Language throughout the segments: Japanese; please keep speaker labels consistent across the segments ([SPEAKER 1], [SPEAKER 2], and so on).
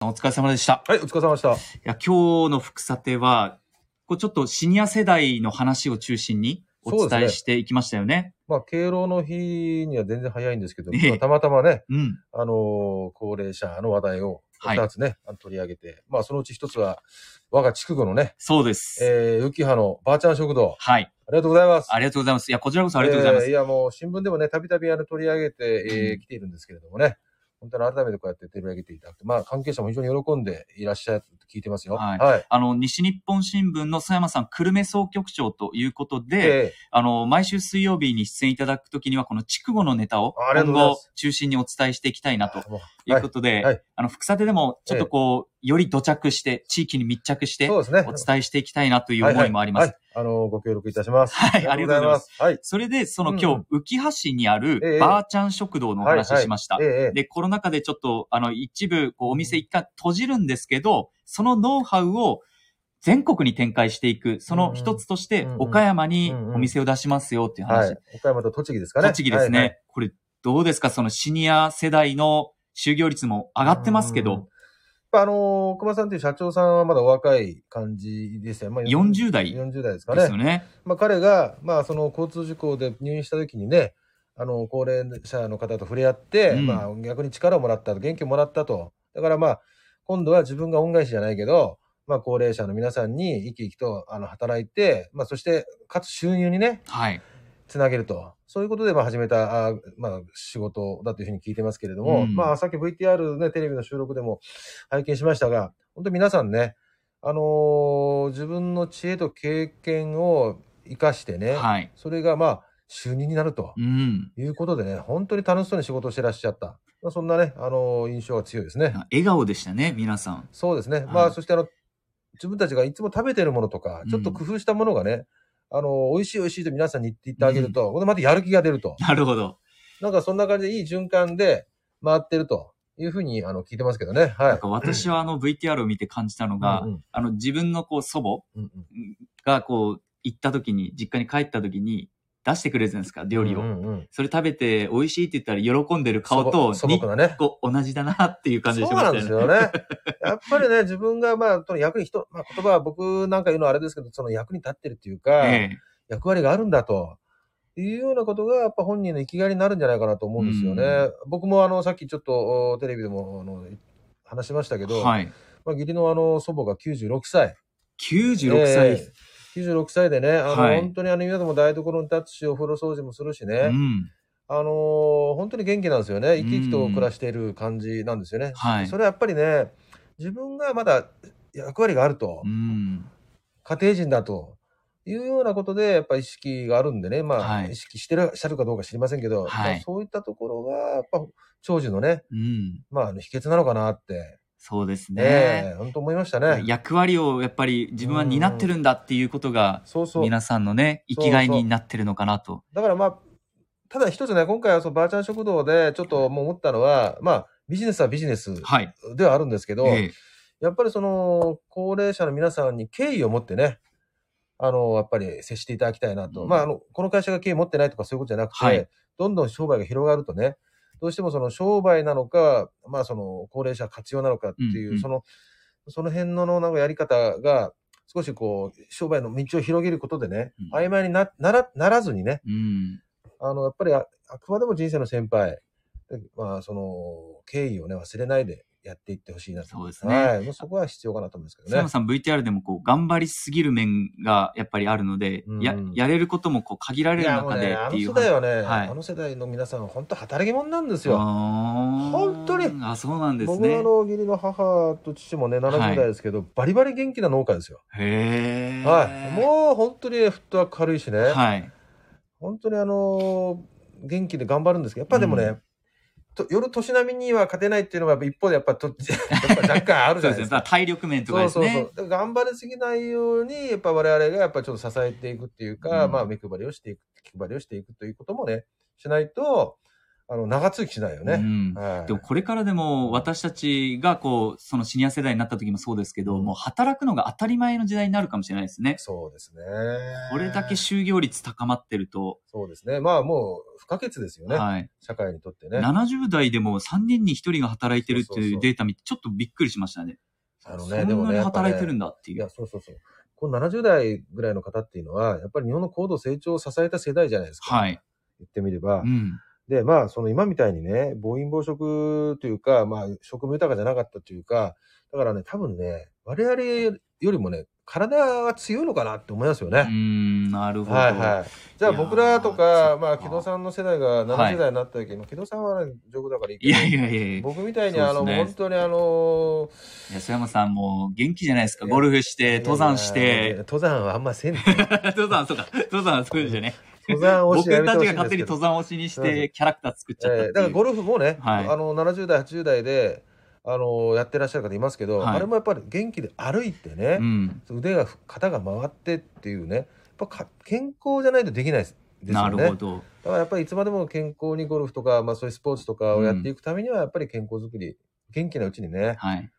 [SPEAKER 1] お疲れ様でした。
[SPEAKER 2] はい、お疲れ様でし
[SPEAKER 1] い
[SPEAKER 2] た。
[SPEAKER 1] や、今日の副査定は、こうちょっとシニア世代の話を中心にお
[SPEAKER 2] そう
[SPEAKER 1] 伝え
[SPEAKER 2] ですね
[SPEAKER 1] していきましたよね。
[SPEAKER 2] まあ、敬老の日には全然早いんですけど、
[SPEAKER 1] ええ
[SPEAKER 2] まあたまたまね、
[SPEAKER 1] うん。
[SPEAKER 2] あのー高齢者の話題を
[SPEAKER 1] はい
[SPEAKER 2] 2つね、あの取り上げて、まあ、そのうち1つは、我が筑後のね、
[SPEAKER 1] そうです。
[SPEAKER 2] えー、浮葉のばあちゃん食堂、あ
[SPEAKER 1] はい。
[SPEAKER 2] りがとうございます。
[SPEAKER 1] ありがとうございます。いや、こちらこそありがとうございます。
[SPEAKER 2] えーいや、もう新聞でもね、たびたびあの取り上げて、えー
[SPEAKER 1] うん
[SPEAKER 2] 来ているんですけれどもね、本当に改めてこうやって取り上げていただくと、まあ、関係者も非常に喜んでいらっしゃると聞いてますよ。
[SPEAKER 1] はい
[SPEAKER 2] はい。
[SPEAKER 1] あの、西日本新聞の佐山さん、久留米総局長ということで、
[SPEAKER 2] え
[SPEAKER 1] あの、毎週水曜日に出演いただくときには、この筑後のネタを
[SPEAKER 2] あありがと
[SPEAKER 1] 今
[SPEAKER 2] うございま
[SPEAKER 1] 後
[SPEAKER 2] す
[SPEAKER 1] 中心にお伝えしていきたい
[SPEAKER 2] ー
[SPEAKER 1] なと
[SPEAKER 2] あもう
[SPEAKER 1] いうことで、
[SPEAKER 2] いはい
[SPEAKER 1] あの、副査定でもちょっとこう、より土着して、地域に密着して、
[SPEAKER 2] そう
[SPEAKER 1] お
[SPEAKER 2] ですね。
[SPEAKER 1] 伝えしていきたいなという思いもあります。
[SPEAKER 2] はいはいはいあのーご協力いたします。
[SPEAKER 1] はい
[SPEAKER 2] す。はい。
[SPEAKER 1] それで、その
[SPEAKER 2] うん
[SPEAKER 1] 今日、浮橋市にあ
[SPEAKER 2] え
[SPEAKER 1] る
[SPEAKER 2] え
[SPEAKER 1] ばあちゃん食堂のお話ししました
[SPEAKER 2] え。えええ
[SPEAKER 1] で、コロナ禍でちょっと、あの、一部、こう、お店一旦閉じるんですけど、そのノウハウを全国に展開していく、その一つとして
[SPEAKER 2] うんう、ん
[SPEAKER 1] 岡山に
[SPEAKER 2] うんうん
[SPEAKER 1] お店を出しますよっていう
[SPEAKER 2] は
[SPEAKER 1] 話
[SPEAKER 2] い。。岡山と栃木ですかね。
[SPEAKER 1] 栃木です
[SPEAKER 2] はいはい
[SPEAKER 1] ね。これ、どうですかそのシニア世代の就業率も上がってますけ
[SPEAKER 2] うん
[SPEAKER 1] ど、
[SPEAKER 2] やっぱあのー、熊さんという社長さんはまだお若い感じですよね。まあ、
[SPEAKER 1] 40代
[SPEAKER 2] 40代ですか
[SPEAKER 1] ですよ
[SPEAKER 2] ね。
[SPEAKER 1] ね。
[SPEAKER 2] まあ、彼が、まあ、その交通事故で入院した時にね、あの、高齢者の方と触れ合って、
[SPEAKER 1] うん
[SPEAKER 2] まあ、逆に力をもらったと、元気をもらったと。だからまあ、今度は自分が恩返しじゃないけど、まあ、高齢者の皆さんに生き生きと、あの、働いて、まあ、そして、かつ収入にね、
[SPEAKER 1] はい。
[SPEAKER 2] つなげると。そういうことで、まあ、始めた、あーまあ、仕事だというふうに聞いてますけれども、
[SPEAKER 1] うん
[SPEAKER 2] まあ、さっき VTR ね、テレビの収録でも拝見しましたが、本当皆さんね、あのー自分の知恵と経験を生かしてね、
[SPEAKER 1] はい。
[SPEAKER 2] それが、まあ、収入になると
[SPEAKER 1] うん。
[SPEAKER 2] いうことでね、本当に楽しそうに仕事をしてらっしゃった。まあ、そんなね、あのー印象が強いですね。
[SPEAKER 1] 笑顔でしたね、皆さん。
[SPEAKER 2] そうです
[SPEAKER 1] い
[SPEAKER 2] ね。まあ、そしてあの、自分たちがいつも食べてるものとか
[SPEAKER 1] う、ん
[SPEAKER 2] ちょっと工夫したものがね、あのー、美味しい美味しいと皆さんに言ってあげると、これまたやる気が出ると。
[SPEAKER 1] なるほど。
[SPEAKER 2] なんかそんな感じでいい循環で回ってるというふうにあの聞いてますけどね。は
[SPEAKER 1] なん
[SPEAKER 2] い
[SPEAKER 1] か。私はあの VTR を見て感じたのが
[SPEAKER 2] う、ん
[SPEAKER 1] あの自分のこう祖母
[SPEAKER 2] うんうん
[SPEAKER 1] がこう行った時に、実家に帰った時に出してくれるじゃないですか、料理を。
[SPEAKER 2] うんうん
[SPEAKER 1] それ食べて美味しいって言ったら喜んでる顔と、
[SPEAKER 2] 素朴
[SPEAKER 1] に
[SPEAKER 2] 素朴なね。
[SPEAKER 1] こう同じだなっていう感じが
[SPEAKER 2] そ
[SPEAKER 1] し
[SPEAKER 2] う
[SPEAKER 1] まし
[SPEAKER 2] なん
[SPEAKER 1] た
[SPEAKER 2] です
[SPEAKER 1] よ
[SPEAKER 2] よ
[SPEAKER 1] ね。
[SPEAKER 2] ね。やっぱりね、自分が、まあ、とに役に人、まあ、言葉は僕なんか言うのはあれですけど、その役に立ってるっていうか、
[SPEAKER 1] ええ
[SPEAKER 2] 役割があるんだと。いうようなことが、やっぱ本人の生きがいになるんじゃないかなと思うんですよね。
[SPEAKER 1] うん
[SPEAKER 2] 僕も、あの、さっきちょっと、おテレビでも、あの、話しましたけど、
[SPEAKER 1] はい。
[SPEAKER 2] まあ、義理のあの、祖母が96歳。
[SPEAKER 1] 96歳。
[SPEAKER 2] ええ96歳でね、あの、
[SPEAKER 1] はい
[SPEAKER 2] 本当にあの、今でも台所に立つし、お風呂掃除もするしね、
[SPEAKER 1] うん。
[SPEAKER 2] あのー本当に元気なんですよね。生き生きと暮らしている感じなんですよね。
[SPEAKER 1] はい
[SPEAKER 2] そ。れはやっぱりね、自分がまだ役割があると、
[SPEAKER 1] うん。
[SPEAKER 2] 家庭人だと、いうようなことで、やっぱ意識があるんでね、まあ、
[SPEAKER 1] はい
[SPEAKER 2] 意識してらっしゃるかどうか知りませんけど、
[SPEAKER 1] はい
[SPEAKER 2] まあそういったところが、やっぱ、長寿のね、
[SPEAKER 1] うん。
[SPEAKER 2] まあ、あの秘訣なのかなって、
[SPEAKER 1] そうです
[SPEAKER 2] え
[SPEAKER 1] ね。
[SPEAKER 2] え本当思いましたね。
[SPEAKER 1] 役割をやっぱり自分は担ってるんだっていうことが、
[SPEAKER 2] そうそう。
[SPEAKER 1] 皆さんのね、生きがいになってるのかなと。
[SPEAKER 2] だからまあ、ただ一つね、今回はそのばあちゃん食堂でちょっともう思ったのは、まあ、ビジネスはビジネス
[SPEAKER 1] はい。
[SPEAKER 2] ではあるんですけど、
[SPEAKER 1] ええ
[SPEAKER 2] やっぱりその、高齢者の皆さんに敬意を持ってね、あの、やっぱり接していただきたいなと。
[SPEAKER 1] うん
[SPEAKER 2] まあ、あの、この会社が敬意持ってないとかそういうことじゃなくて、
[SPEAKER 1] はい
[SPEAKER 2] どんどん商売が広がるとね、どうしてもその商売なのか、まあその高齢者活用なのかっていう、
[SPEAKER 1] うんうん
[SPEAKER 2] その、その辺のなんかやり方が、少しこう、商売の道を広げることでね、
[SPEAKER 1] うん
[SPEAKER 2] 曖昧になならならずにね、
[SPEAKER 1] うん。
[SPEAKER 2] あの、やっぱりあ、あくまでも人生の先輩、でまあ、その、敬意をね、忘れないでやっていってほしいなと。
[SPEAKER 1] そうですね
[SPEAKER 2] はい。もうそこは必要かなと思うんですけ
[SPEAKER 1] 佐
[SPEAKER 2] ど
[SPEAKER 1] 山
[SPEAKER 2] ね。
[SPEAKER 1] さん VTR でもこう頑張りすぎる面がやっぱりあるので、
[SPEAKER 2] うん
[SPEAKER 1] ややれることもこう限られ
[SPEAKER 2] い
[SPEAKER 1] る
[SPEAKER 2] や、もう
[SPEAKER 1] 中で
[SPEAKER 2] ね、
[SPEAKER 1] っ
[SPEAKER 2] あ
[SPEAKER 1] て
[SPEAKER 2] の
[SPEAKER 1] いう
[SPEAKER 2] 世
[SPEAKER 1] 話
[SPEAKER 2] 代はね、
[SPEAKER 1] はい
[SPEAKER 2] あの世代の皆さんは本当働き者なんですよ。
[SPEAKER 1] あー
[SPEAKER 2] 本当に
[SPEAKER 1] あそうなんです
[SPEAKER 2] 僕は
[SPEAKER 1] ね
[SPEAKER 2] あの義理の母と父もね70代ですけど、バリバリ元気な農家ですよ。
[SPEAKER 1] へえ
[SPEAKER 2] はい、もう本当にフットワーク軽いしね、
[SPEAKER 1] はい
[SPEAKER 2] 本当にあのー元気で頑張るんですけどやっぱでもね、
[SPEAKER 1] うん
[SPEAKER 2] と夜年並みには勝てないっていうのはやっぱ一方でやっぱと やっぱ若干あるじ
[SPEAKER 1] そうです
[SPEAKER 2] ゃない
[SPEAKER 1] ね
[SPEAKER 2] です
[SPEAKER 1] ま
[SPEAKER 2] か
[SPEAKER 1] あ。体力面とか
[SPEAKER 2] そう
[SPEAKER 1] です
[SPEAKER 2] そう
[SPEAKER 1] ね
[SPEAKER 2] そう。だから頑張りすぎないように、やっぱ我々がやっぱちょっと支えていくっていうか、
[SPEAKER 1] うん
[SPEAKER 2] まあ目配りをしていく、気配りをしていくということもね、しないと、あの、長続きしないよ
[SPEAKER 1] う
[SPEAKER 2] ね。
[SPEAKER 1] ん。
[SPEAKER 2] はい
[SPEAKER 1] でもこれからでも私たちがこう、そのシニア世代になった時もそうですけど、もう働くのが当たり前の時代になるかもしれないですね。
[SPEAKER 2] そうですね。
[SPEAKER 1] これだけ就業率高まってると、
[SPEAKER 2] そうですね。まあもう不可欠ですよね。
[SPEAKER 1] はい。
[SPEAKER 2] 社会にとってね。
[SPEAKER 1] 70代でも3人に1人が働いてるって
[SPEAKER 2] そうそう
[SPEAKER 1] い
[SPEAKER 2] そうう
[SPEAKER 1] データ見て、ちょっとびっくりしましたね。
[SPEAKER 2] あの
[SPEAKER 1] そ
[SPEAKER 2] ね、で
[SPEAKER 1] ん
[SPEAKER 2] も
[SPEAKER 1] な
[SPEAKER 2] ね、
[SPEAKER 1] に
[SPEAKER 2] やっぱね
[SPEAKER 1] 働いてるんだって
[SPEAKER 2] い
[SPEAKER 1] いう
[SPEAKER 2] や、。そうそうそう。この70代ぐらいの方っていうのは、やっぱり日本の高度成長を支えた世代じゃないですか。
[SPEAKER 1] はい。
[SPEAKER 2] 言ってみれば。
[SPEAKER 1] うん。
[SPEAKER 2] で、まあ、その今みたいにね、暴飲暴食というか、まあ、食務豊かじゃなかったというか、だからね、多分ね、我々よりもね、体は強いのかなって思いますよ
[SPEAKER 1] うー
[SPEAKER 2] ね。
[SPEAKER 1] ん、なるほど。
[SPEAKER 2] はいはい。じゃあ
[SPEAKER 1] いやー
[SPEAKER 2] 僕らと
[SPEAKER 1] そっ
[SPEAKER 2] か、
[SPEAKER 1] か
[SPEAKER 2] まあ、木戸さんの世代が
[SPEAKER 1] はい
[SPEAKER 2] 70代になった時の、木戸さんはね丈夫だからいい
[SPEAKER 1] いやい
[SPEAKER 2] や、
[SPEAKER 1] やいやいや。
[SPEAKER 2] 僕みたいに、あ
[SPEAKER 1] そう
[SPEAKER 2] の、
[SPEAKER 1] ですね
[SPEAKER 2] 本当にあの
[SPEAKER 1] 安山さんも元気じゃないですか。
[SPEAKER 2] いや
[SPEAKER 1] ゴルフして、
[SPEAKER 2] ー、
[SPEAKER 1] 登山し
[SPEAKER 2] いやいやいや
[SPEAKER 1] て。
[SPEAKER 2] 登山はあんませんね。
[SPEAKER 1] 登山、そうか。登山はそうですよね。
[SPEAKER 2] 登山を
[SPEAKER 1] 僕
[SPEAKER 2] しや
[SPEAKER 1] たち
[SPEAKER 2] めて
[SPEAKER 1] が
[SPEAKER 2] ほ
[SPEAKER 1] 勝手
[SPEAKER 2] しいんですけど
[SPEAKER 1] に登山推しにし
[SPEAKER 2] う
[SPEAKER 1] て、キャラクター作っちゃったっ
[SPEAKER 2] え
[SPEAKER 1] てい
[SPEAKER 2] ー
[SPEAKER 1] う。
[SPEAKER 2] だからゴルフもね、
[SPEAKER 1] はい
[SPEAKER 2] あの70代80代で、あのやってらっしゃる方いますけど、
[SPEAKER 1] はい
[SPEAKER 2] あれもやっぱり元気で歩いてね
[SPEAKER 1] う、ん。
[SPEAKER 2] 腕が肩が回ってっていうねやっぱか健康じゃないとできないですです
[SPEAKER 1] な
[SPEAKER 2] よね
[SPEAKER 1] るほど。
[SPEAKER 2] だからやっぱりいつまでも健康にゴルフとか、まあ、そういうスポーツとかをやっていくためにはやっぱり健康づくり元気なうちにね
[SPEAKER 1] はい。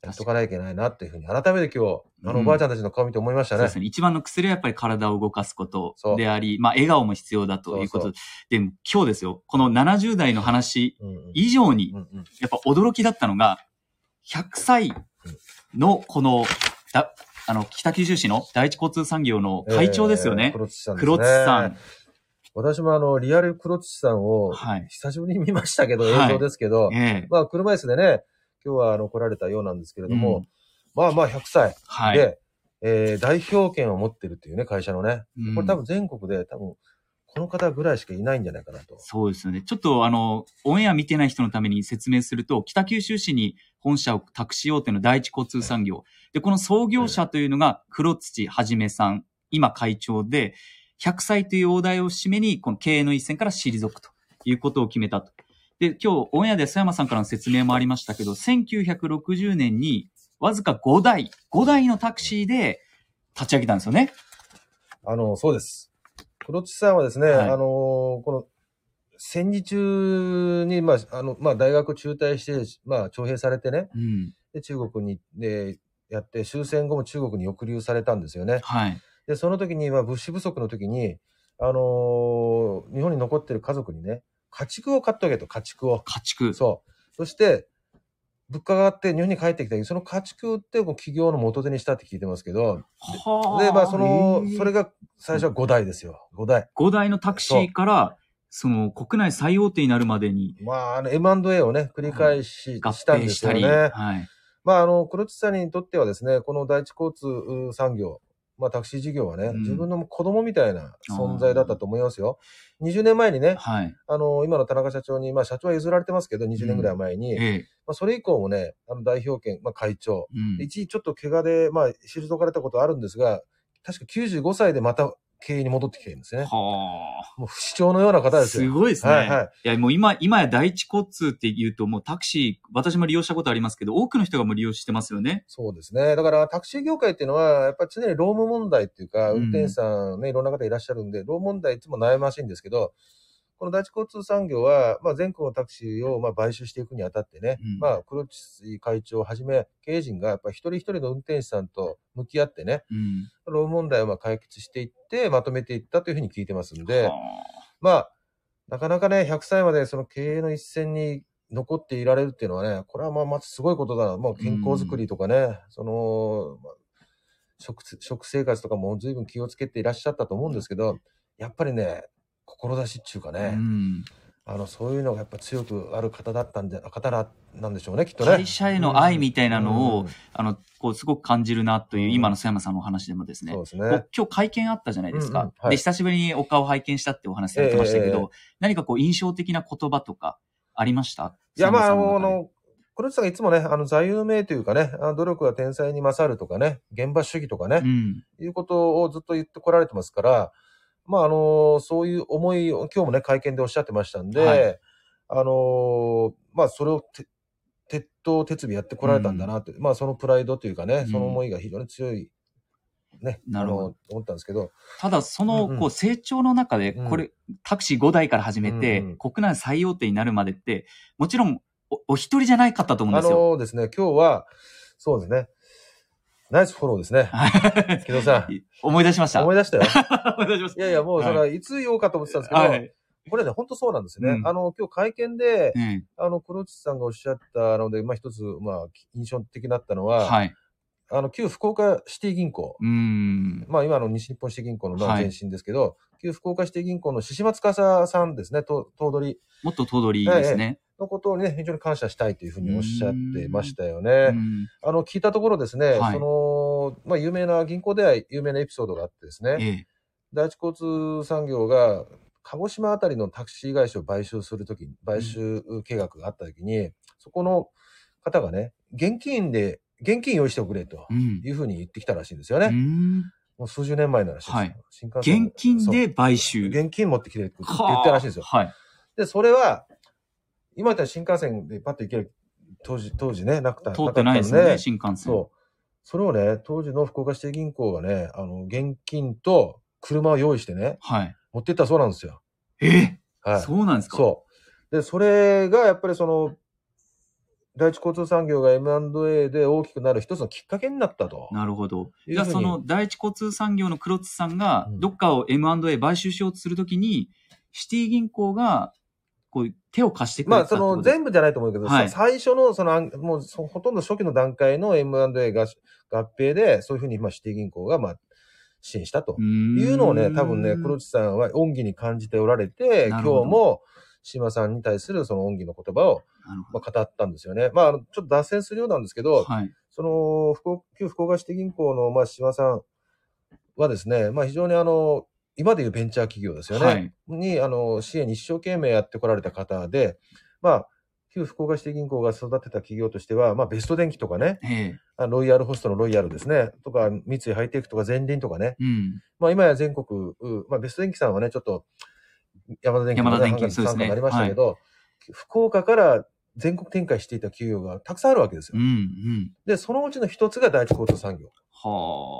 [SPEAKER 2] やっとかなきゃいけないなっていうふうに改めて今日あの
[SPEAKER 1] う
[SPEAKER 2] お
[SPEAKER 1] ん
[SPEAKER 2] ばあちゃんたちの顔見て思いまし
[SPEAKER 1] そ
[SPEAKER 2] た
[SPEAKER 1] う
[SPEAKER 2] ね。
[SPEAKER 1] ですね。一番の薬はやっぱり体を動かすこと
[SPEAKER 2] そう
[SPEAKER 1] であり、まあ、笑顔も必要だということ
[SPEAKER 2] そ
[SPEAKER 1] で。でも、今日ですよ。この70代の話
[SPEAKER 2] うんうん
[SPEAKER 1] 以上に
[SPEAKER 2] う、んうん
[SPEAKER 1] やっぱ驚きだったのが、100歳のこの、だあの、北九州市の第一交通産業の会長ですよ
[SPEAKER 2] えー
[SPEAKER 1] ね。
[SPEAKER 2] 黒津さんですね。
[SPEAKER 1] 黒津さん。
[SPEAKER 2] 私もあの、リアル黒津さんを
[SPEAKER 1] はい
[SPEAKER 2] 久しぶりに見ましたけど、
[SPEAKER 1] はい
[SPEAKER 2] 映像ですけど、
[SPEAKER 1] ええ
[SPEAKER 2] まあ、車椅子でね、今日はあの来られたようなんですけれども、
[SPEAKER 1] うん
[SPEAKER 2] まあまあ100歳
[SPEAKER 1] はい。
[SPEAKER 2] で、えー代表権を持ってるっていうね、会社のね。
[SPEAKER 1] うん
[SPEAKER 2] これ多分全国で多分、この方ぐらいしかいないんじゃないかなと。
[SPEAKER 1] そうですよね。ちょっとあの、オンエア見てない人のために説明すると、北九州市に本社を託しようというの第一交通産業。で、この創業者というのが黒土はじめさん、今会長で、100歳という大台を締めに、この経営の一線から退くということを決めたと。で、今日オンエアで曽山さんからの説明もありましたけど、1960年にわずか5台、5台のタクシーで立ち上げたんですよね。
[SPEAKER 2] あの、そうです。黒津さんはですね、
[SPEAKER 1] はい
[SPEAKER 2] あのーこの、戦時中に、まあ、あの、まあ、大学中退して、まあ、徴兵されてね、
[SPEAKER 1] うん。
[SPEAKER 2] で、中国に、で、やって、終戦後も中国に抑留されたんですよね。
[SPEAKER 1] はい。
[SPEAKER 2] で、その時に、まあ、物資不足の時に、あのー日本に残ってる家族にね、家畜を買っておけと、家畜を。
[SPEAKER 1] 家畜。
[SPEAKER 2] そう。そして、物価が上がって日本に帰ってきた時、その家畜を売ってこう企業の元手にしたって聞いてますけど、
[SPEAKER 1] は
[SPEAKER 2] で、まあ、その
[SPEAKER 1] え、ー
[SPEAKER 2] それが最初は5台ですよ。5台。
[SPEAKER 1] 5台のタクシーから、その国内最大手になるまでに
[SPEAKER 2] まあ、あの、M&A をね、繰り返し、
[SPEAKER 1] 合
[SPEAKER 2] したん
[SPEAKER 1] 併
[SPEAKER 2] で
[SPEAKER 1] し
[SPEAKER 2] すよ
[SPEAKER 1] たり、
[SPEAKER 2] ね。
[SPEAKER 1] はい。
[SPEAKER 2] まあ、あの、黒地さんにとってはですね、この第一交通う産業、まあ、タクシー事業はね、
[SPEAKER 1] うん
[SPEAKER 2] 自分の子供みたいな存在だったと思いますよ。20年前にね、
[SPEAKER 1] はい。
[SPEAKER 2] あの、今の田中社長に、まあ、社長は譲られてますけど、20年ぐらい前に、
[SPEAKER 1] え
[SPEAKER 2] ま
[SPEAKER 1] え。
[SPEAKER 2] あ、それ以降もね、あの、代表権、まあ、会長、
[SPEAKER 1] うん。
[SPEAKER 2] 一時ちょっと怪我で、まあ、退かれたことあるんですが、確か95歳でまた経営に戻ってきてるんですね。
[SPEAKER 1] はあ。
[SPEAKER 2] もう不死鳥のような方です
[SPEAKER 1] す
[SPEAKER 2] よ。
[SPEAKER 1] ごいですね。
[SPEAKER 2] はい
[SPEAKER 1] い
[SPEAKER 2] はい
[SPEAKER 1] や、もう今、今や第一交通って言うと、もうタクシー、私も利用したことありますけど、多くの人がもう利用してますよね。
[SPEAKER 2] そうですね。だからタクシー業界っていうのは、やっぱり常に労務問題っていうか、
[SPEAKER 1] うん
[SPEAKER 2] 運転手さんね、いろんな方いらっしゃるんで、労務問題いつも悩ましいんですけど、この第一交通産業は、まあ、全国のタクシーをまあ買収していくにあたってね、
[SPEAKER 1] うん
[SPEAKER 2] まあ、黒地会長をはじめ、経営陣がやっぱり一人一人の運転手さんと向き合ってね、
[SPEAKER 1] うん。
[SPEAKER 2] 労務問題をまあ解決していって、まとめていったというふうに聞いてますん
[SPEAKER 1] は
[SPEAKER 2] で、
[SPEAKER 1] あ
[SPEAKER 2] まあ、なかなかね、100歳までその経営の一線に残っていられるっていうのはね、これはまあ、まずすごいことだな。もう健康づくりとかね、その、まあ食つ、食生活とかも随分気をつけていらっしゃったと思うんですけど、やっぱりね、志っていうか
[SPEAKER 1] う
[SPEAKER 2] ね、
[SPEAKER 1] ん。
[SPEAKER 2] あの、そういうのがやっぱ強くある方だったんで、方ななんでしょうね、きっとね。
[SPEAKER 1] 会社への愛みたいなのを、
[SPEAKER 2] うん
[SPEAKER 1] あの、こう、すごく感じるなという、
[SPEAKER 2] うん
[SPEAKER 1] 今の曽山さんのお話でもですね
[SPEAKER 2] そう、です
[SPEAKER 1] こ
[SPEAKER 2] ね
[SPEAKER 1] う。今日会見あったじゃないですか、
[SPEAKER 2] うんうんはい
[SPEAKER 1] で、久しぶりにお顔拝見したってお話されてましたけど、
[SPEAKER 2] えええ
[SPEAKER 1] 何かこう印象的な言葉とかありました
[SPEAKER 2] いや、まあ、あ
[SPEAKER 1] 佐野さ
[SPEAKER 2] の、あ
[SPEAKER 1] ん中で
[SPEAKER 2] の、黒内さんがいつもね、あの、座右の銘というかね、あの努力は天才に勝るとかね、現場主義とかね、
[SPEAKER 1] うん。
[SPEAKER 2] いうことをずっと言ってこられてますから、まあ、あの、そういう思いを、今日もね、会見でおっしゃってましたんで、
[SPEAKER 1] はい
[SPEAKER 2] あの、まあ、それをて、鉄頭鉄尾やってこられたんだなって、まあ、そのプライドというかね、
[SPEAKER 1] うん
[SPEAKER 2] その思いが非常に強いね、
[SPEAKER 1] なるほど
[SPEAKER 2] あの思ったんですけど、
[SPEAKER 1] ただ、その、
[SPEAKER 2] うんうん
[SPEAKER 1] こう、成長の中で、
[SPEAKER 2] うん
[SPEAKER 1] これ、タクシー5台から始めて、
[SPEAKER 2] うんうん
[SPEAKER 1] 国内最大手になるまでって、もちろん、お、お一人じゃないかったと思うん
[SPEAKER 2] あ
[SPEAKER 1] ですよ。
[SPEAKER 2] のですね、今日は、そうですね、ナイスフォローですね。木戸さ
[SPEAKER 1] 思い出しました。
[SPEAKER 2] ん、思
[SPEAKER 1] 思い
[SPEAKER 2] い出 したよ。
[SPEAKER 1] 出しまし
[SPEAKER 2] いやいや、もう、それ
[SPEAKER 1] は
[SPEAKER 2] はいつ言おうかと思ってたんですけ
[SPEAKER 1] た。
[SPEAKER 2] ど、
[SPEAKER 1] はい。
[SPEAKER 2] これね、本当そうなんですよね。
[SPEAKER 1] うん
[SPEAKER 2] あの、今日会見で、
[SPEAKER 1] うん
[SPEAKER 2] あの、黒内さんがおっしゃったので、まあ一つ、まあ、印象的だったのは、
[SPEAKER 1] はい。
[SPEAKER 2] あの、旧福岡シティ銀行、
[SPEAKER 1] うーん。
[SPEAKER 2] まあ今の西日本シティ銀行のまあ
[SPEAKER 1] はい
[SPEAKER 2] 前身ですけど、旧福岡シティ銀行の獅子司さんですね、と頭取
[SPEAKER 1] もっと頭取ですね。
[SPEAKER 2] のことにね、非常に感謝したいというふうにおっしゃってましたよ
[SPEAKER 1] う
[SPEAKER 2] ね。
[SPEAKER 1] ん
[SPEAKER 2] あの、聞いたところですね、
[SPEAKER 1] はい
[SPEAKER 2] その、まあ有名な銀行では有名なエピソードがあってですね、
[SPEAKER 1] ええ。
[SPEAKER 2] 第一交通産業が鹿児島あたりのタクシー会社を買収するときに、買収計画があったときに、そこの方がね、現金で、現金用意しておくれと
[SPEAKER 1] うん。
[SPEAKER 2] いうふうに言ってきたらしいんですよ
[SPEAKER 1] う
[SPEAKER 2] ね。
[SPEAKER 1] ーん
[SPEAKER 2] もう数十年前の話ですよ。
[SPEAKER 1] はい
[SPEAKER 2] 新幹線
[SPEAKER 1] 現金で買
[SPEAKER 2] そう
[SPEAKER 1] 収。
[SPEAKER 2] 現金持ってきてって言
[SPEAKER 1] はあ
[SPEAKER 2] ったらしいんですよ。
[SPEAKER 1] はい。
[SPEAKER 2] で、それは、今言ったら新幹線でパッと行ける、当時、当時ね、なくた
[SPEAKER 1] 通ってないですよ
[SPEAKER 2] かったん
[SPEAKER 1] ね、新幹線。
[SPEAKER 2] そう。それをね、当時の福岡市定銀行がね、あの、現金と車を用意してね、
[SPEAKER 1] はい。
[SPEAKER 2] 持ってったそうなんですよ。
[SPEAKER 1] え
[SPEAKER 2] はい。
[SPEAKER 1] そうなんですか
[SPEAKER 2] そう。で、それがやっぱりその、第一交通産業が M&A で大きくなる一つのきっかけになったと。
[SPEAKER 1] なるほど。
[SPEAKER 2] いうふうに
[SPEAKER 1] じゃあ、その第一交通産業の黒津さんが
[SPEAKER 2] う、ん
[SPEAKER 1] どっかを M&A 買収しようとするときに、シティ銀行が、こう、手を貸してくれ
[SPEAKER 2] ま
[SPEAKER 1] た
[SPEAKER 2] あ、
[SPEAKER 1] って
[SPEAKER 2] そ
[SPEAKER 1] こ
[SPEAKER 2] の
[SPEAKER 1] とです
[SPEAKER 2] 全部じゃないと思うけど、
[SPEAKER 1] はい
[SPEAKER 2] さ最初の、そのあん、もうそほとんど初期の段階の M&A が合併で、そういうふうに、まあ、シティ銀行が、まあ、支援したと
[SPEAKER 1] う。
[SPEAKER 2] い
[SPEAKER 1] ーん
[SPEAKER 2] うのをね、多分ね、黒地さんは恩義に感じておられて、
[SPEAKER 1] な
[SPEAKER 2] 今
[SPEAKER 1] る
[SPEAKER 2] 日
[SPEAKER 1] ほど
[SPEAKER 2] も、島さんに対するその恩義の言葉を、
[SPEAKER 1] なるほ
[SPEAKER 2] まあ、語ったんですよね。まあ、あのちょっと脱線するようなんですけど、
[SPEAKER 1] ど。はい。
[SPEAKER 2] その、福岡旧福岡市銀行の、まあ、島さんはですね、まあ、非常にあの、今でいうベンチャー企業ですよね。
[SPEAKER 1] はい
[SPEAKER 2] に、あの、支援に一生懸命やってこられた方で、まあ、旧福岡市銀行が育てた企業としては、まあ、ベスト電機とかね、
[SPEAKER 1] ええ。
[SPEAKER 2] あロイヤルホストのロイヤルですね、とか、三井ハイテクとか、前輪とかね、
[SPEAKER 1] うん。
[SPEAKER 2] まあ、今や全国、うまあ、ベスト電機さんはね、ちょっと、山田電機
[SPEAKER 1] 山田電機
[SPEAKER 2] の
[SPEAKER 1] そうですね
[SPEAKER 2] になりましたけど、福岡から全国展開していた企業がたくさんあるわけですよ。
[SPEAKER 1] うん。うん。
[SPEAKER 2] で、そのうちの一つが第一交通産業な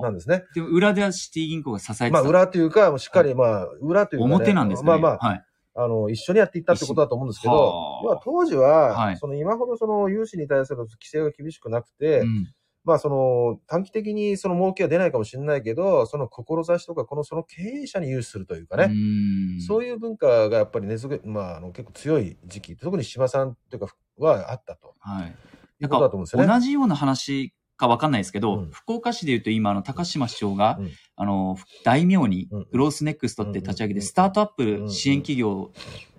[SPEAKER 1] はあ
[SPEAKER 2] ん。ですね。
[SPEAKER 1] でも、裏ではシティ銀行が支えてた。
[SPEAKER 2] まあ、裏というか、しっかり、まあ、裏というか、ね、
[SPEAKER 1] 表なんですかね。
[SPEAKER 2] まあまあ、
[SPEAKER 1] はい。
[SPEAKER 2] あの、一緒にやっていったってことだと思うんですけど、
[SPEAKER 1] 一緒はあ
[SPEAKER 2] 要は当時
[SPEAKER 1] はい
[SPEAKER 2] は、その今ほどその融資に対する規制が厳しくなくて、
[SPEAKER 1] うん
[SPEAKER 2] まあその短期的にその儲けは出ないかもしれないけど、その志とか、このその経営者に融資するというかね、
[SPEAKER 1] うん。
[SPEAKER 2] そういう文化がやっぱり根付け、まああの結構強い時期、特に島さんというかはあったと。
[SPEAKER 1] はい。
[SPEAKER 2] い
[SPEAKER 1] なん
[SPEAKER 2] うことだ
[SPEAKER 1] か
[SPEAKER 2] と思うんですよね
[SPEAKER 1] 同じような話かわかんないですけど、
[SPEAKER 2] うん
[SPEAKER 1] 福岡市でいうと今、あの、高島市長が、
[SPEAKER 2] うん
[SPEAKER 1] あの、大名に
[SPEAKER 2] うん
[SPEAKER 1] グロースネクストって立ち上げ
[SPEAKER 2] うんう
[SPEAKER 1] て、
[SPEAKER 2] ん
[SPEAKER 1] スタートアップ支援企業を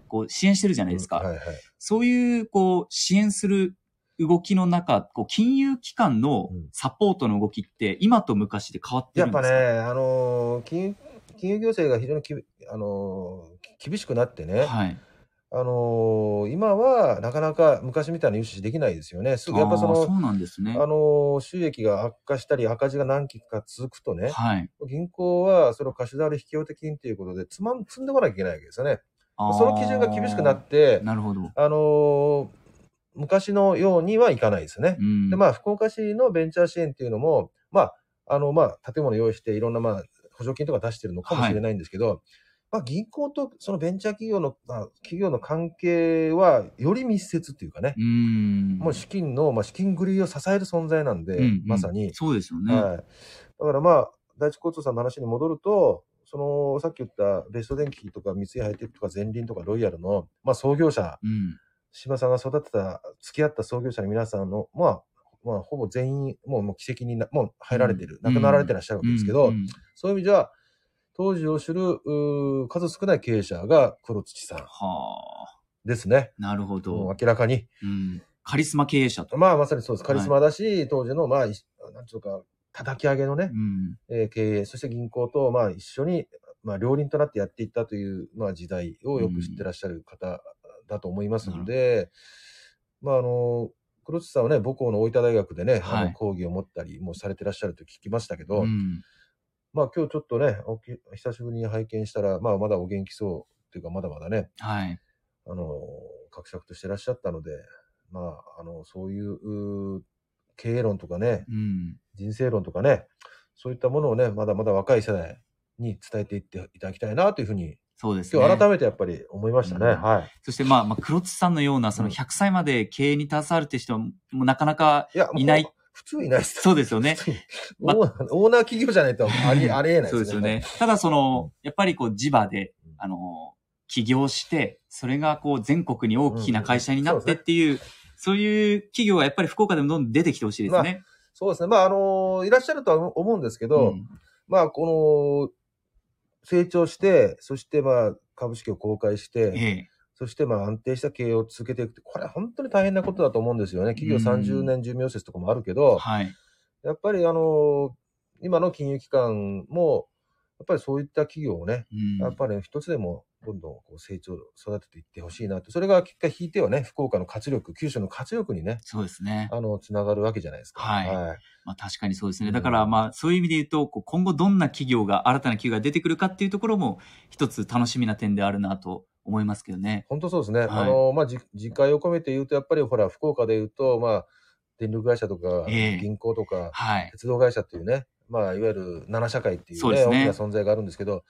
[SPEAKER 1] こう支援してるじゃないですか。
[SPEAKER 2] はいはい。
[SPEAKER 1] そういう、こう、支援する動きの中、こう、金融機関の
[SPEAKER 2] うん
[SPEAKER 1] サポートの動きって、今と昔で変わって
[SPEAKER 2] や
[SPEAKER 1] る
[SPEAKER 2] っ
[SPEAKER 1] んです
[SPEAKER 2] ぱ
[SPEAKER 1] か
[SPEAKER 2] ね、あのー金融、金融行政が非常にきび、あのーき厳しくなってね、
[SPEAKER 1] はい。
[SPEAKER 2] あのー今はなかなか昔みたいな融資できないですよね。すぐやっぱそ
[SPEAKER 1] あー
[SPEAKER 2] の、
[SPEAKER 1] うなんですね。
[SPEAKER 2] あの、収益が悪化したり、赤字が何期か続くとね、
[SPEAKER 1] はい。
[SPEAKER 2] 銀行はそれを貸し倒れ引き当て金ということで、つまん、積んでこなきゃいけないわけですよね。
[SPEAKER 1] あー
[SPEAKER 2] その基準が厳しくなって、
[SPEAKER 1] なるほど。
[SPEAKER 2] あの、昔のようにはいかないですね。
[SPEAKER 1] うん。
[SPEAKER 2] で、まあ、福岡市のベンチャー支援っていうのも、まあ、あの、まあ、建物用意して、いろんな、まあ、補助金とか出してるのかもしれないんですけど、まあ、銀行とそのベンチャー企業の、まあ、企業の関係は、より密接っていうかね、
[SPEAKER 1] うん。
[SPEAKER 2] もう資金の、まあ、資金繰りを支える存在なんで、
[SPEAKER 1] うんうん
[SPEAKER 2] まさに。
[SPEAKER 1] そうですよね。
[SPEAKER 2] はい。だからまあ、第一交通さんの話に戻ると、その、さっき言ったベスト電機とか三井ハイテクとか前輪とかロイヤルの、まあ創業者、
[SPEAKER 1] うん。
[SPEAKER 2] 島さんが育てた、付き合った創業者の皆さんの、まあ、まあ、ほぼ全員、もう、もう奇跡にな、もう入られてる、
[SPEAKER 1] うん
[SPEAKER 2] 亡くなられてらっしゃるわけですけど、
[SPEAKER 1] うんうん
[SPEAKER 2] そういう意味じゃ、当時を知る、うー数少ない経営者が黒土さん
[SPEAKER 1] はあ。
[SPEAKER 2] ですね。
[SPEAKER 1] なるほど
[SPEAKER 2] もう。明らかに。
[SPEAKER 1] うん。カリスマ経営者と。
[SPEAKER 2] まあ、まさにそうです。カリスマだし、当時の、まあ、いなんていうか、叩き上げのね
[SPEAKER 1] う、ん。
[SPEAKER 2] えー経営、そして銀行と、まあ、一緒に、まあ、両輪となってやっていったという、まあ、時代をよく知ってらっしゃる方だと思いますので、まあ、あの、黒津さんはね、母校の大分大学でね、
[SPEAKER 1] はい
[SPEAKER 2] あの講義を持ったりもされてらっしゃると聞きましたけど、
[SPEAKER 1] うん。
[SPEAKER 2] まあ、今日ちょっとね、おき久しぶりに拝見したら、まあ、まだお元気そうっていうか、まだまだね、
[SPEAKER 1] はい。
[SPEAKER 2] あの、格尺としてらっしゃったので、まあ、あの、そういう、うー経営論とかね、
[SPEAKER 1] うん。
[SPEAKER 2] 人生論とかね、そういったものをね、まだまだ若い世代に伝えていっていただきたいなというふうに、
[SPEAKER 1] そうですね。
[SPEAKER 2] 今日改めてやっぱり思いましたね。
[SPEAKER 1] うん
[SPEAKER 2] はい。
[SPEAKER 1] そしてまあ、まあ、黒津さんのような、その
[SPEAKER 2] うん
[SPEAKER 1] 100歳まで経営に携わるって人は、もうなかなか、
[SPEAKER 2] いや、もう
[SPEAKER 1] いない。
[SPEAKER 2] 普通いないです。
[SPEAKER 1] そうですよね
[SPEAKER 2] 普。 通に。オーナーオーナー企業じゃないとあり、ありえないですね。
[SPEAKER 1] そうですよね。ただその、やっぱりこう、地場で
[SPEAKER 2] うん、
[SPEAKER 1] あの、起業して、それがこう、全国に大きな会社になってっていう、そういう企業がやっぱり福岡でもどんどん出てきてほしいですね。
[SPEAKER 2] そうですね。まあ、あのいらっしゃるとは思うんですけど、
[SPEAKER 1] うん
[SPEAKER 2] まあ、この、成長して、そしてまあ、株式を公開して、
[SPEAKER 1] ええ。
[SPEAKER 2] そしてまあ、安定した経営を続けていくって、これは本当に大変なことだと思うんですよね。企業
[SPEAKER 1] う
[SPEAKER 2] 30
[SPEAKER 1] ん
[SPEAKER 2] 年寿命説とかもあるけど、
[SPEAKER 1] はい。
[SPEAKER 2] やっぱりあの今の金融機関も、やっぱりそういった企業をね、
[SPEAKER 1] うん
[SPEAKER 2] やっぱり一つでもどんどんこう成長、育てていってほしいなと。それが結果引いてはね、福岡の活力、九州の活力にね、
[SPEAKER 1] そうですね。
[SPEAKER 2] あの、つながるわけじゃないですか。
[SPEAKER 1] はい
[SPEAKER 2] はい。
[SPEAKER 1] まあ確かにそうですね。
[SPEAKER 2] うん
[SPEAKER 1] だからまあそういう意味で言うと、こう今後どんな企業が、新たな企業が出てくるかっていうところも、一つ楽しみな点であるなと思いますけどね。
[SPEAKER 2] 本当そうですね。
[SPEAKER 1] はい
[SPEAKER 2] あの、まあ、じ、自戒を込めて言うと、やっぱりほら、福岡で言うと、まあ、電力会社とか、
[SPEAKER 1] ええ
[SPEAKER 2] 銀行とか、
[SPEAKER 1] はい。
[SPEAKER 2] 鉄道会社っていうね、まあ、いわゆる7社会ってい
[SPEAKER 1] そうう
[SPEAKER 2] ね、
[SPEAKER 1] です
[SPEAKER 2] 大き
[SPEAKER 1] ね
[SPEAKER 2] な存在があるんですけど、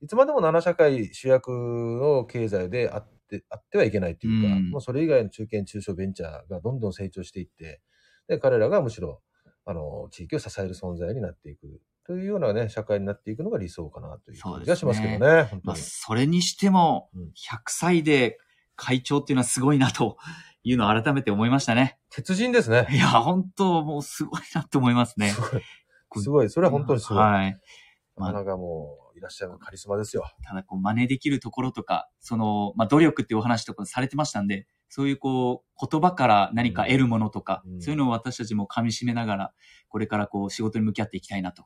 [SPEAKER 2] いつまでも7社会主役の経済であって、あってはいけないというか、
[SPEAKER 1] うん
[SPEAKER 2] もうそれ以外の中堅中小ベンチャーがどんどん成長していって、で、彼らがむしろ、あの、地域を支える存在になっていく。というようなね、社会になっていくのが理想かなという気がしますけ
[SPEAKER 1] そ
[SPEAKER 2] どね、本当
[SPEAKER 1] まあ
[SPEAKER 2] に。
[SPEAKER 1] それにしても
[SPEAKER 2] うん、
[SPEAKER 1] 100歳で会長っていうのはすごいなというのを改めて思いましたね。
[SPEAKER 2] 鉄人ですね。
[SPEAKER 1] いや、本当もうすごいなと思いますね
[SPEAKER 2] す。ごい。すごい。それは本当にすごい。
[SPEAKER 1] はい。ま
[SPEAKER 2] な
[SPEAKER 1] あ
[SPEAKER 2] かなかもう、いらっしゃるカリスマですよ。
[SPEAKER 1] ただこう真似できるところとか、その、まあ、努力っていうお話とかされてましたんで、そういうこう、言葉から何か得るものとか、
[SPEAKER 2] うん
[SPEAKER 1] そういうのを私たちも噛み締めながら、これからこう、仕事に向き合っていきたいなと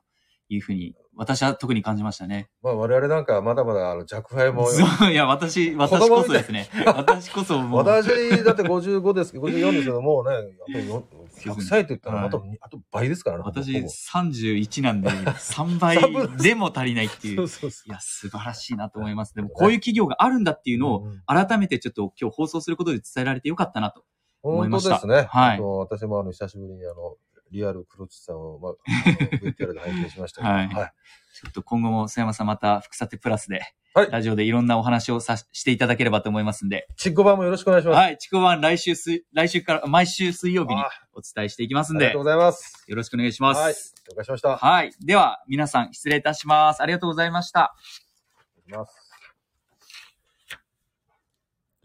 [SPEAKER 1] いうふうに、私は特に感じましたね。
[SPEAKER 2] まあ、我々なんかまだまだ、あの、弱敗も、
[SPEAKER 1] そういや、私、私こそですね。私こそもう、
[SPEAKER 2] 私、だって55ですけど、54ですけど、もうね、やっぱりよ100歳って言ったら、
[SPEAKER 1] は
[SPEAKER 2] あ
[SPEAKER 1] い
[SPEAKER 2] と、あと倍ですからね。
[SPEAKER 1] 私
[SPEAKER 2] ほぼ
[SPEAKER 1] 31なんで、3
[SPEAKER 2] 三分
[SPEAKER 1] 倍でも足りないってい
[SPEAKER 2] そうう。そうそ
[SPEAKER 1] いや、素晴らしいなと思います。でも、こういう企業があるんだっていう
[SPEAKER 2] う。
[SPEAKER 1] のを、
[SPEAKER 2] うん
[SPEAKER 1] 改めてちょっと今日放送することで伝えられてよかったなと。思い
[SPEAKER 2] 本
[SPEAKER 1] ま
[SPEAKER 2] 当
[SPEAKER 1] し
[SPEAKER 2] で
[SPEAKER 1] た
[SPEAKER 2] すね。
[SPEAKER 1] はい
[SPEAKER 2] あと私もあの、久しぶりにあの、リアル黒地さんを、まあ、あの VTR で拝見しましたけど、
[SPEAKER 1] はい
[SPEAKER 2] はい。
[SPEAKER 1] ちょっと今後も、須山さんまた、福さてプラスで、
[SPEAKER 2] はい
[SPEAKER 1] ラジオでいろんなお話をさししていただければと思いますんで、
[SPEAKER 2] チッコ版もよろしくお願いします。
[SPEAKER 1] はい、チコワン来週水、来週から、毎週水曜日に
[SPEAKER 2] ああ
[SPEAKER 1] お伝えしていきますん
[SPEAKER 2] ありが
[SPEAKER 1] で
[SPEAKER 2] とう、ございます。
[SPEAKER 1] よろしくお願いしま
[SPEAKER 2] はい。
[SPEAKER 1] す。
[SPEAKER 2] 了解しました。あ
[SPEAKER 1] はい。では、皆さん失礼いたします。ありがとうございました。
[SPEAKER 2] りがとうございます。